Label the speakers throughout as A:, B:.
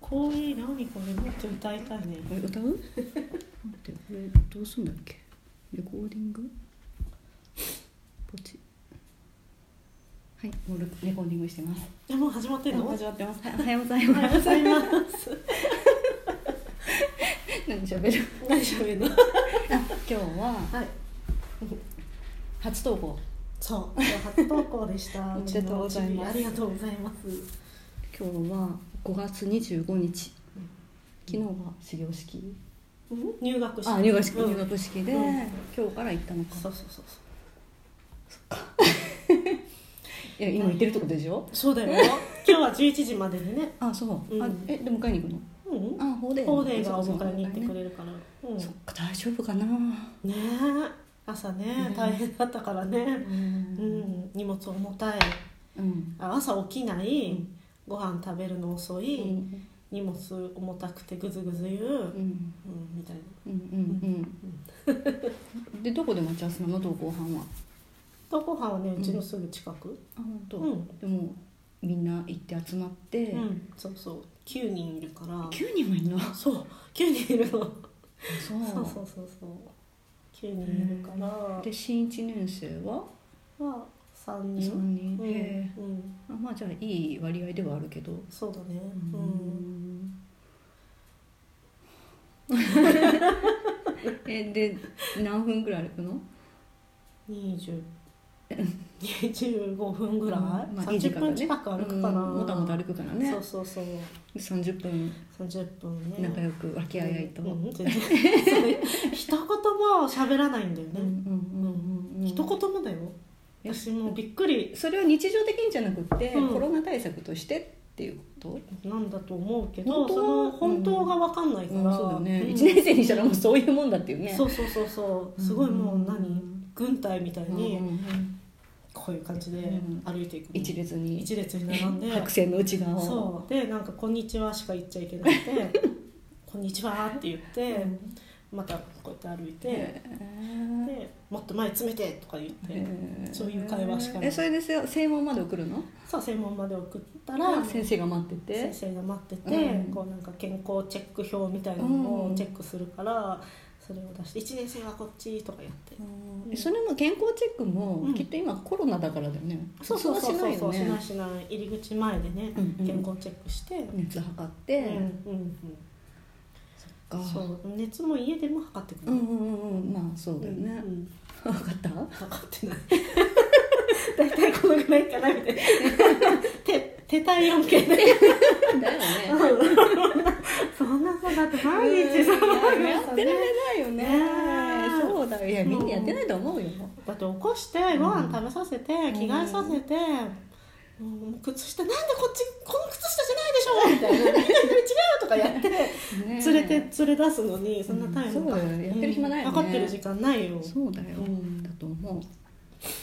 A: これ何これもっと歌いたいね
B: これ歌う待ってこれどうすんだっけレコーディングポチはいもうレレコーディングしてます
A: いやもう始まってん
B: あ
A: の
B: 始まってますはいおはようござい
A: おは
B: ま
A: ようご
B: す
A: ざいます
B: 何喋る
A: 何喋るの
B: あ今日は
A: はい
B: 初投稿
A: そう初投稿でした
B: ありがとうございます
A: ありがとうございます
B: 今日は5月25日
A: うん
B: 昨日は始業式
A: 入学式
B: あ入学式、
A: うん
B: 入学式で、
A: うん
B: 今日から行ったのか
A: そうそうそうそう
B: いや今行ってるとこでしょ
A: そうだよ今日は11時までにね
B: あそう、あ
A: うん
B: えで迎えに行くの
A: うん
B: あ法で
A: 法デーがお迎えに行ってく
B: る
A: れるからうん
B: そっか大丈夫かな
A: ねえ朝ね
B: ね
A: 大変だったから
B: う
A: ねうんん荷物重たい
B: うん
A: あ朝起きない、
B: うん
A: ご飯食べるの遅
B: う
A: い、
B: ん
A: 荷物重たくてぐずぐず言う、うん
B: うん
A: みたいな
B: うんうんうんでどこで待ち合わせなの同行班は
A: とご飯はねうちのすぐ近く
B: あ本当、
A: うん、うん
B: でもみんな行って集まって、
A: そうそう9人いるから
B: 九人もいるの
A: そう9人いるの
B: そう
A: そうそうそうそう9人いるからは
B: で新一年生は
A: 3
B: 3
A: 人
B: 人、
A: うん、
B: へ
A: うん、
B: えあまあじゃあいい割合ではあるけど
A: そうだね
B: う
A: うん、
B: んえで何分ぐらい歩くの
A: 20 25分ぐらい、
B: まあ、いい時
A: 30
B: 間だ
A: 分
B: ね
A: 近く歩くかな、
B: うんもたもた歩くからね
A: そうそうそう
B: 30分
A: 30分ね
B: 仲良く和気あいあいと、
A: う
B: うんうん
A: ん全然 それ一言も喋らないんだよ
B: う
A: ね、
B: んうん
A: 一言もだよ
B: え
A: 私もうびっくり
B: それは日常的にじゃなくって、
A: うん
B: コロナ対策としてっていうこと
A: なんだと思うけど
B: 本当
A: その本当が分かんないから、
B: うんそうだよね、
A: ん
B: 一1年生にしたらもうそういうもんだっていうね
A: そうそうそうそうすごいもう何、
B: うん
A: 軍隊みたい
B: うんうんう
A: に
B: ん
A: こういう感じで
B: うん
A: 歩いていくの、
B: 一列に
A: 一列に並んで
B: 白線の内側を
A: そうでなんか「こんにちは」しか言っちゃいけなくて 「こんにちは」って言って、またこうやって歩いて、
B: へー
A: で「もっと前詰めて」とか言って、
B: へー
A: そういう会話しかない
B: えそれでせ正門まで送るの
A: そう専門まで送ったら、
B: ら先生が待ってて
A: 先生が待ってて、
B: うん
A: こうなんか健康チェック表みたいなのをチェックするから、それを出して「1年生はこっち」とかやって、
B: うんえそれも健康チェック
A: うん
B: もきっと今コロナだからだよね、
A: そうそうそうそう
B: そんなし
A: し
B: ないよ
A: ない
B: ね
A: しない入り口前でね、
B: うんうん
A: 健康チェックして、うん
B: 熱測って、
A: うんう
B: か
A: ん、そう熱も家でも測ってく
B: う
A: る、
B: んうんうんうんまあそうだよね、
A: うんうん
B: 分かった
A: 測ってない 大体このぐらいかなみたいな 手手体温計で
B: だよね
A: そんなさだって毎日さ、
B: うんやってられないよね
A: ねえ
B: そうだよいやみんなやってないと思うよ、
A: だって起こしてご飯食べさせて、着替えさせて、もう靴下なんでこっちこの靴下じゃないでしょみたいなみんな左違うとかやって
B: ねえ
A: 連れて連れ出すのにそんなタイム
B: そうだよやってる暇ないよね
A: かかってる時間ないよ
B: そうだよ、
A: うん
B: だと思う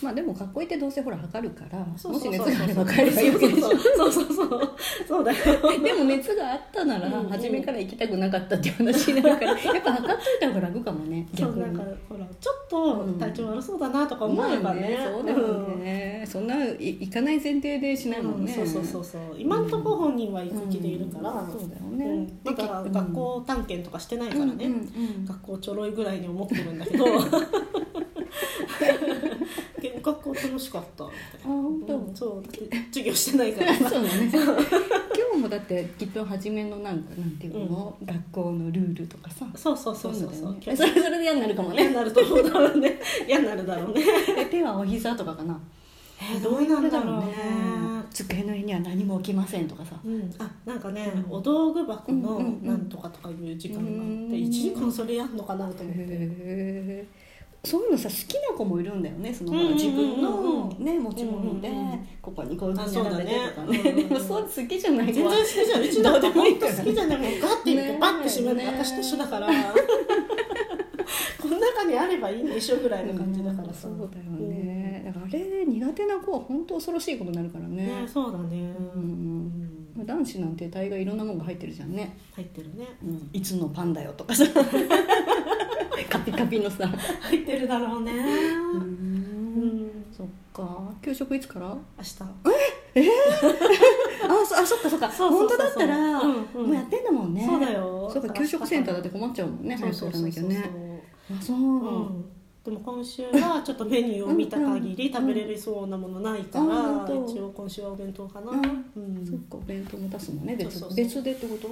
B: まあでも学校行ってどうせほら測るから
A: そうそうそう
B: もし熱があれば帰ればいいわけでしょ
A: そうそうそうそうそうだよ
B: でも熱があったなら
A: うんうん
B: 初めから行きたくなかったっていう話になるからやっぱ測っといた方が楽かもね
A: そう
B: 逆
A: なん
B: に
A: かほらちょっと体調悪そうだなとか思えばね,、
B: まあそうだよね、そんない行かない前提でしないもんね、
A: うんそうそうそうそう今んとこ本人は行く気でいるから、
B: うんそうだよ
A: う
B: ね
A: ん、だから学校探検とかしてないからね、
B: うんうん
A: 学校ちょろいぐらいに思ってるんだけど けど学校楽しかったみ
B: あ本
A: た
B: 当、
A: いな、うんそうだって授業してないからさ
B: そうだね今日もだってきっと初めのなんかなんていうの、学校のルールとかさ
A: そうそうそうそう
B: い
A: そう
B: の
A: う、
B: だよねえそれそれで嫌になるかも
A: 嫌に
B: ね
A: なると思うだろうね嫌になるだろうね
B: え手はお膝とかかな
A: えどうなんだろうね、
B: 机の上には何も置きませんとかさ
A: うん、あなんかね、
B: うん
A: お道具箱の
B: うんうんうん
A: なんとかとかいう時間があって、
B: うん
A: 1時間それやんのかなと思って、
B: へーそういうのさ好きな子もいるんだよねその、
A: うんうんうん
B: 自分の、ね、持ち物で、
A: うんうんうん
B: ここにこういう
A: あ
B: ふう
A: そう
B: に
A: だ
B: 並
A: ね
B: べてとかねでもそう好きじゃない
A: 全然好きじゃんうちだってもっと好きじゃないもうガッて入れて
B: ね
A: バッて閉めるの
B: ね
A: 私と一緒だからこの中にあればいいんでしょぐらいの感じだからさ、
B: うんそうだよね、だからあれ苦手な子は本当恐ろしいことになるから
A: うん
B: ね
A: ねそうだね、
B: うん
A: うん
B: まあ男子なんて大概いろんなもんが入ってるじゃんね、
A: 入ってるね
B: いつのパンだよとか さカピカピのさ
A: 入ってるだろうね
B: う
A: うん、
B: んそっか給食いつから
A: 明日
B: ああそあそっかそっか
A: そうそうそうそう
B: 本当だったら、
A: うんうん
B: もうやってんだもんね
A: そうだよ
B: そうか給食センターだって困っちゃうもんね
A: そ
B: そうう
A: そ
B: そうう
A: そう
B: そ
A: そうう、
B: ねあそう、
A: うん、でも今週はちょっとメニューを見た限り食べれそうなものないから、
B: うんあ本当
A: 一応今週はお弁当かな、う
B: うんん
A: うん
B: そっかお弁当も出すのね
A: そう
B: 別
A: そうそう
B: 別でってこと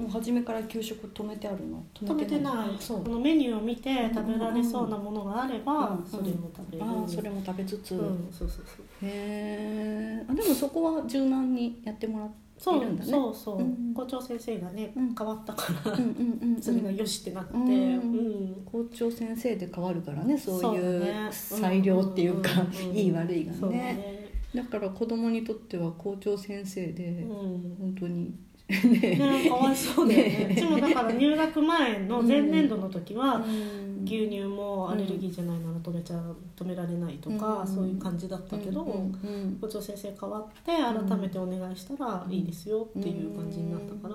B: もう初めから給食止めてあるの
A: 止めてない
B: あそう
A: このメニューを見て食べられそうなものがあれば、
B: うんうん
A: それも食べる、
B: ああそれも食べつつ、
A: うん、そうそうそう
B: へえでもそこは柔軟にやってもらって
A: そう
B: いるんだね
A: そうそう、
B: うん
A: 校長先生がね、
B: うん
A: 変わったから、
B: うんうんうん
A: それがよしってなって、う
B: うんん校長先生で変わるからねそう
A: そう
B: い
A: だ
B: う
A: ね
B: 裁量っていうか
A: うんうんうん
B: いい悪いが
A: そうだ
B: ね
A: ね、
B: だから子供にとっては校長先生
A: う
B: で
A: ん
B: 本当に
A: ね、かわいそうだよ ねうちもだから入学前の前年度の時は、
B: うん
A: 牛乳もアレルギーじゃないなら止めちゃ止められないとか、
B: うん
A: そういう感じだったけど、
B: うんうん
A: 校長先生変わって改めてお願いしたらいいですよっていう感じになったから、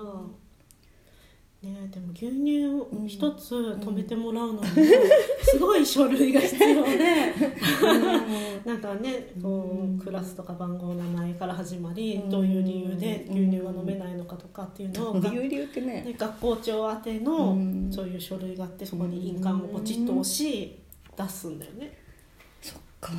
A: ねえでも牛乳一つ止めてもらうのにもすごい書類が必要 でなんかねこうクラスとか番号名前から始まりどういう理由で牛乳が飲めないのかとかっていうのを
B: うん
A: が
B: 理由理由ってね
A: で学校長宛ての
B: うん
A: そういう書類があってそこに印鑑をポチッと押し出すんだよね。
B: そっか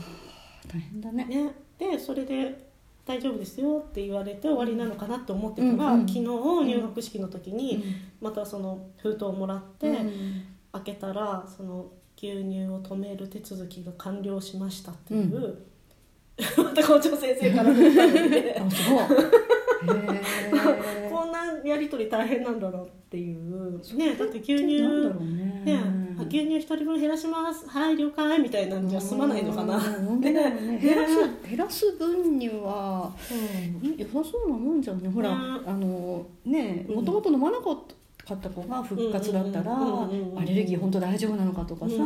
B: 大変だね
A: ね、でそれで「大丈夫ですよ」って言われて終わりなのかなって思ってたら、
B: うんうん
A: 昨日入学式の時にまたその封筒をもらって、
B: うん
A: 開けたらその牛乳を止める手続きが完了しましたっていう、 また校長先生 から封筒を入れて
B: あすごいへえ
A: こんなやり取り大変なんだろうっていうねだって牛
B: って
A: 乳
B: なんだろうね
A: ね、あ牛乳一人分減らしますはい了解みたいなんじゃ済まないのかな、
B: うん本当だよね減らす減らす分にはうん良さそうなもんじゃんねほら、
A: ね
B: あのね
A: うん
B: もともと飲まなかった子が復活だったら、
A: うんうんうんうん
B: アレルギー本当大丈夫なのかとかさ、
A: あ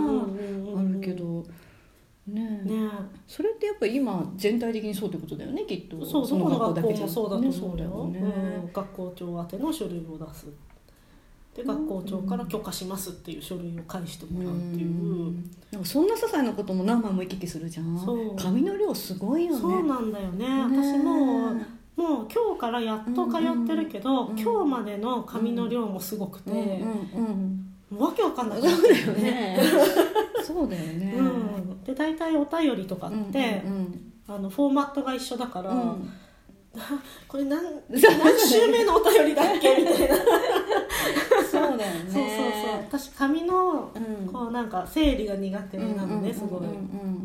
B: あるけどねえ
A: ね
B: それってやっぱ今全体的にそうってことだよねきっと
A: そうどこの学校もそうだとそうだよ、
B: ね
A: うん学校長宛ての書類を出すで学校長から許可しますっていう書類を返してもらうっていう、
B: んなんかそんな些細なことも何枚も行き来するじゃ
A: そうん
B: 髪の量すごいよね
A: そうなんだよね
B: ね
A: 私もうもう今日からやっと通ってるけど、
B: うんうん
A: 今日までの髪の量もすごくて、
B: うんうんうん
A: もうわけわかんな
B: そ
A: いう
B: だよね。そうだよね。
A: うん、で大体お便りとかって、
B: うん
A: あのフォーマットが一緒だから、
B: うんうん
A: これ何何週目のお便りだっけみ たいな
B: そうだよね。
A: そうそうそう私髪の
B: うん
A: こうなんか生理が苦手なのね、すごい、
B: うんうんうん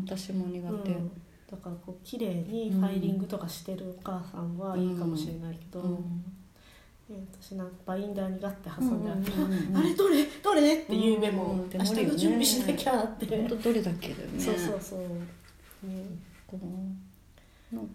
B: 私も苦
A: うん
B: 手。
A: だからこう綺麗にファイリングとかしてるお母さんはいいかもしれないけど、うん私なんかバインダーにガッて挟んであって、
B: うんうんうんうん
A: ああれどれどれっていうメモ、
B: うんうん
A: 明日の準備しなきゃって、
B: 本当どれだっけだよね。
A: そうそうそう、ね
B: こうなんか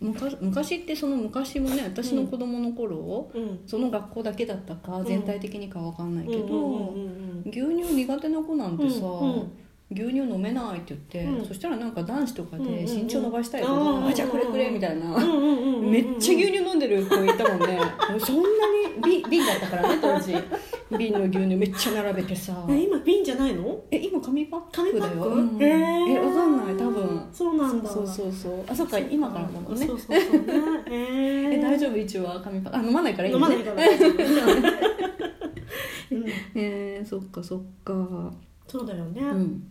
B: 昔昔ってその昔もね私の子供の頃、
A: うん
B: その学校だけだったか全体的にかわかんないけど、
A: うんうんうん
B: 牛乳苦手な子なんてさ、
A: うんうん
B: 牛乳飲めないって言って、
A: うん
B: そしたらなんか男子とかで
A: うんうんうん
B: 身長伸ばしたい子
A: あ
B: が、
A: ー
B: あじゃあこれくれみたいな、
A: うんうんうんうんうん
B: めっちゃ牛乳飲んでる子いたもんねそんなに瓶瓶だったからね当時瓶の牛乳めっちゃ並べてさ
A: え今瓶じゃないの
B: え今紙パッ
A: 紙
B: ク
A: パ
B: だ
A: ッ
B: よ、
A: ク、
B: うん
A: へー
B: えわかんない多分
A: そうなんだ
B: そうそうそうあそっか今からだもんね
A: そうそうそうねへー
B: え大丈夫一応は紙パックあ飲まないからいい
A: 飲
B: の
A: まな
B: ね
A: いから大丈夫うん
B: えー、そっかそっか
A: そうだよね、
B: うん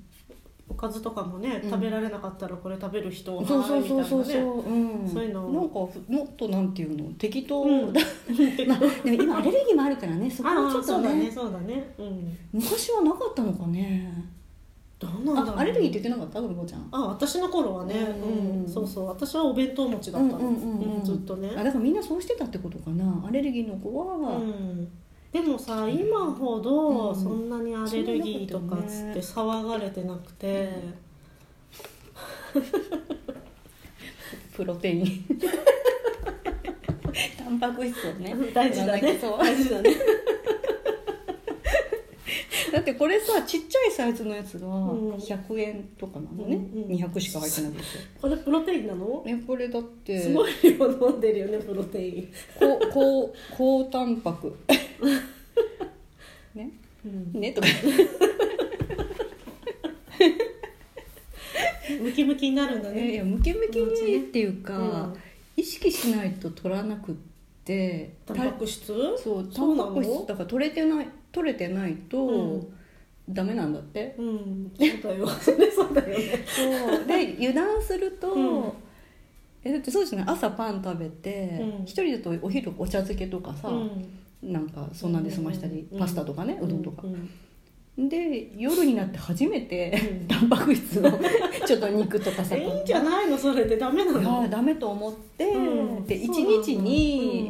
A: おかずとかもね、
B: うん
A: 食べられなかったらこれ食べる人
B: そうそうそうそう
A: は
B: そ
A: ーいみたいなね
B: う、うん、
A: そういうの
B: なんかふもっとなんていうの適当、
A: うん
B: まあでも今アレルギーもあるからねそこ
A: あ
B: は
A: あ
B: ちょっ
A: そ
B: と
A: うだ
B: ね
A: ねそうだねうん
B: 昔はなかったのかね
A: どうなんだろう
B: あアレルギーって言ってなかったグルコちゃん
A: あ私の頃はね、
B: うん
A: うんそうそう私はお弁当持ちだったの、
B: うんうんうんうん
A: ずっとね
B: あだからみんなそうしてたってことかなアレルギーの子は、
A: うんでもさ今ほど
B: うん
A: そんなにアレルギーとかっつって騒がれてなくて、
B: プロテイン タンパク質をね
A: 大事だ
B: やら
A: ね
B: なきゃそう
A: 大事だね
B: だってこれさちっちゃいサイズのやつが
A: ん
B: 100円とかなのね、
A: うんうん
B: 200しか入ってない ですよ
A: これプロテインなの
B: えこれだって
A: すごい量飲んでるよねプロテイン、
B: 高高高タンパク ね
A: うん、
B: ねとか
A: ムキムキになるんだ
B: いやい
A: ね
B: やムキムキにっていう
A: う
B: か、
A: ん
B: 意識識しないと取らなくって
A: タンパク質
B: たそうタ
A: そう
B: ン
A: な
B: パ
A: の
B: ク質だから取れてない取れてないと、
A: うん
B: ダメなんだって
A: うんそうだよ それそうだよね
B: そうで油断すると、
A: うん
B: えだってそうですね朝パン食べて
A: うん
B: 一、人だとお昼お茶漬けとかさ、
A: うん
B: なんかそんなんで済ましたり、
A: うん
B: パスタとかねうどんとか、
A: うんうん
B: で夜になって初めて、
A: うん
B: タンパク質の ちょっと肉とかさ
A: えいいんじゃないのそれでダメなの
B: ああダメと思って、
A: うん
B: で1
A: そうなんだ
B: 日に、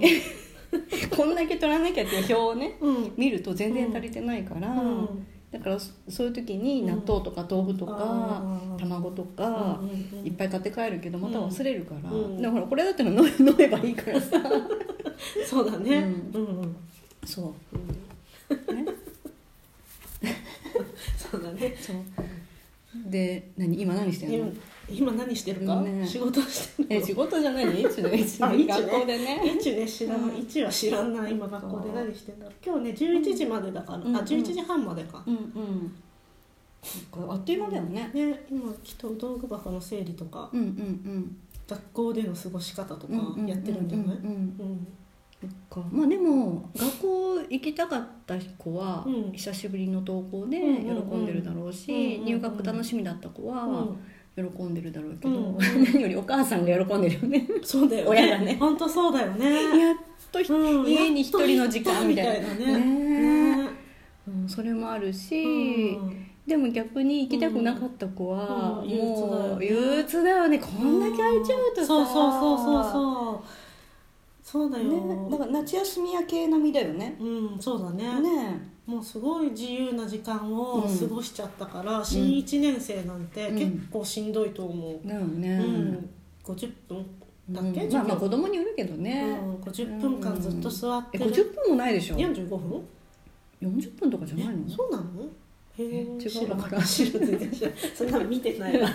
B: こんだけ取らなきゃっていう表をね
A: うんうん
B: 見ると全然足りてないから、
A: うん
B: だからそそういう時に納豆とか豆腐とか、
A: うん
B: 卵とか、
A: うんうんうん
B: いっぱい買って帰るけどまた忘れるから、
A: うん
B: だからこれだったら飲め 飲めばいいからさ
A: そうだね
B: う
A: うんうん
B: そ
A: うん
B: うね
A: そうだね
B: そうで何今何してん
A: 今
B: の
A: 今何してるか、
B: ね
A: 仕事してる
B: え仕事じゃないの一の一
A: あ
B: の
A: 一ね
B: 学校でね
A: 一ね知ら
B: うん
A: ん一は知らんない今学校で何してんだろう今日ね11時までだから、
B: うん
A: あ11時半までか、
B: うんうんなんかあっという間だよね
A: ね今きっと道具箱の整理とか
B: うんうん
A: 学校での過ごし方とか
B: うんうんうん
A: やってるんじゃない
B: うんうん
A: うん
B: そっかまあでも学校行きたかった子は、
A: うん
B: 久しぶりの登校で喜
A: うんうんうん
B: んでるだろうし、
A: うんうんうん
B: 入学楽しみだった子
A: う
B: は
A: ん
B: 喜んでるだろうけど、
A: うん
B: 何よりお母さんが喜んでるよ ね
A: そうだよ
B: 親がね
A: 本当そうだよね
B: やっとひ、
A: うん
B: 家に一人の時間みたいな
A: やっと行ったみたいなね
B: ね
A: ね
B: うんそれもあるし、
A: うん
B: でも逆に行きたくなかった子は、
A: うん
B: もう憂
A: 憂
B: 鬱だよねこんだけ空いちゃうとさ、
A: そうそうそうそうそうそうだよ、
B: ね、だから夏休み明け並みだよね
A: うんそうだね
B: ね
A: もうすごい自由な時間を
B: うん
A: 過ごしちゃったから、新1年生なんて
B: うん
A: 結構しんどいと思う、
B: だよね、
A: うん50分だっけ、
B: うんま
A: 授
B: あ、まあ子
A: 業
B: 供によるけど
A: う
B: ね、
A: ん、50分間ずっと座っ
B: え
A: てる、
B: 50分もないでしょ
A: 45分
B: 40分とかじゃないの
A: そうなのへえ
B: え違
A: 知
B: う
A: ら
B: の
A: な
B: か
A: かった知らない知らない そんなの見て ないわ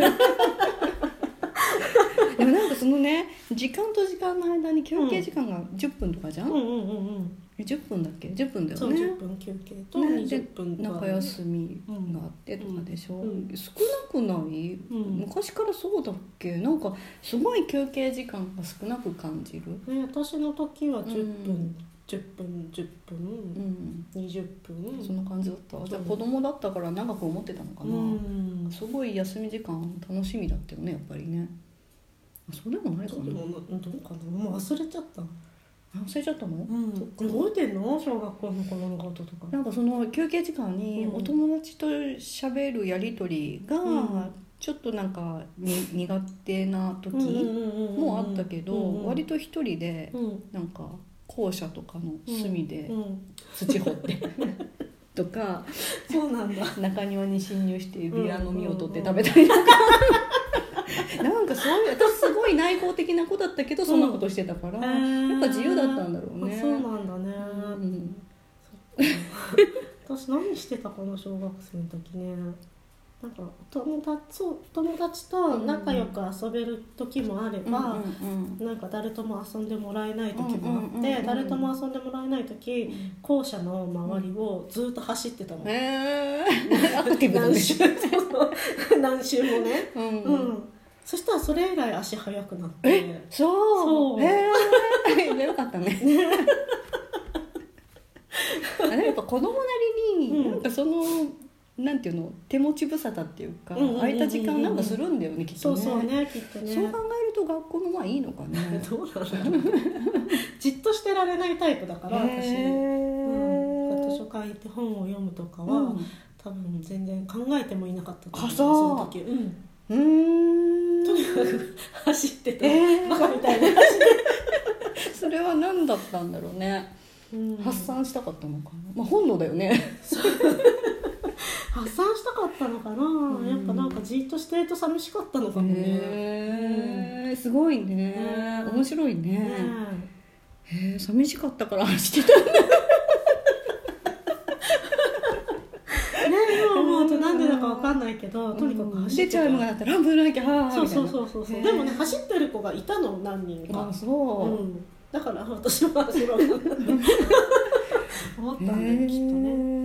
B: でもなんかそのね時間と時間の間に休憩時間が10分とかじゃ
A: うん
B: ん、
A: うんうんうん
B: え10分だっけ10分だ
A: そ
B: よ
A: う
B: ね
A: 10分休憩と
B: ねで
A: 20分と、
B: 中休みがあってとかでしょ、
A: うんうん
B: 少なくない、
A: ん
B: 昔からそうだっけなんかすごい休憩時間が少なく感じる、
A: ね、私の時は10分、
B: うん
A: 10分10
B: う
A: 分、
B: ん、
A: 20分
B: そんな感じだったじゃあ
A: うん
B: 子供だったから長く思ってたのかな、
A: うん
B: すごい休み時間楽しみだったよねやっぱりねあそうでもないか
A: どう
B: な
A: どうかなもう忘れちゃった、
B: 忘れちゃったの
A: うん
B: そっか
A: 覚えてんの小学校の頃のこととか
B: なんかその休憩時間に
A: うん
B: お友達と喋るやり取りが
A: うん
B: ちょっとなんかに苦手な時も
A: も
B: あったけど割と一人でなんか校舎とかの隅で土掘って とか
A: そうなんだ
B: 中庭に侵入してビラの実を取って食べたりとか なんかそういう私すごい内向的な子だったけどそんなことしてたからやっぱ自由だったんだろうね
A: あそうなんだね、
B: うん
A: そっか私何してたかな小学生の時ねなんか友達そう友達と仲良く遊べる時もあれば、
B: うん
A: なんか誰とも遊んでもらえない時もあって、
B: うんうんうんうん
A: 誰とも遊んでもらえない時校舎の周りをずっと走ってたの、
B: えー、 アクティブだ
A: 何
B: ね。
A: 周も 何周もね、
B: う
A: うん
B: ん。
A: そしたらそれ以来足速くなって
B: そ
A: そ
B: う。
A: う
B: えー、 よかっ たね。あでもやっぱ子供なりに、
A: うん
B: なんかそのなんていうの手持ち無沙汰っていうか、
A: うんうんうんうんうん
B: 空いた時間なんかするんだよねきっ
A: そ
B: と
A: う
B: ね。
A: そうねきっとね
B: そう考えると学校もまあいいのかね。
A: どうなんだろうじっとしてられないタイプだから私、うん、図書館行って本を読むとかは、
B: うん
A: 多分全然考えてもいなかったと思
B: あそう
A: の時、 うん、
B: うーん。
A: 走ってて、
B: えー
A: バカみたいな
B: それは何だったんだろうね。
A: うん
B: 発散したかったのかな。まあ本能だよね。
A: 発散したかったのかな、
B: ん
A: やっぱなんかじっとしてると寂しかったのかもね、
B: へーすごいね
A: ね
B: 面白いね
A: ね
B: へー寂しかったから走ってた
A: えねえ今思うとなんでだかわかんないけど、とにかく走
B: 走
A: っ
B: ってちゃうのがなったらランブルなきゃはー
A: そう
B: みたい
A: そう
B: な
A: そうそうそう
B: へー
A: でもね走ってる子がいたの何人
B: あ
A: かう
B: そ
A: んだから私も走ろうかなって思っ
B: う
A: たんだよきっとね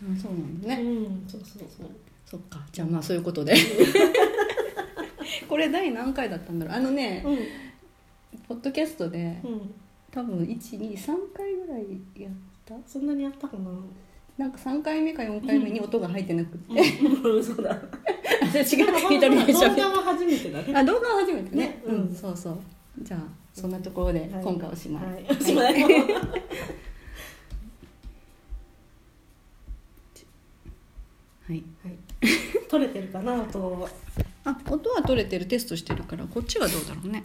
B: ねそうなんだ
A: う
B: ね
A: んそうそうそう
B: そっかじゃあまあそういうことでこれ第何回だったんだろうあのね
A: うん
B: ポッドキャストで
A: うん
B: 多分123回ぐらいやった
A: そんなにやったかな
B: なんか3回目か4回目に音が入ってなくて、
A: うん嘘 だ
B: あ違う一
A: 動
B: 人
A: 画
B: でしゃべ
A: は初めてだね
B: あ動画は初めてね
A: ね
B: うん、
A: うん
B: そうそうじゃあそんなところで
A: はい
B: 今回おしまい、
A: はい
B: はい
A: おし まい
B: はい
A: 撮れてるかな音を
B: あ音は取れてるテストしてるからこっちはどうだろうね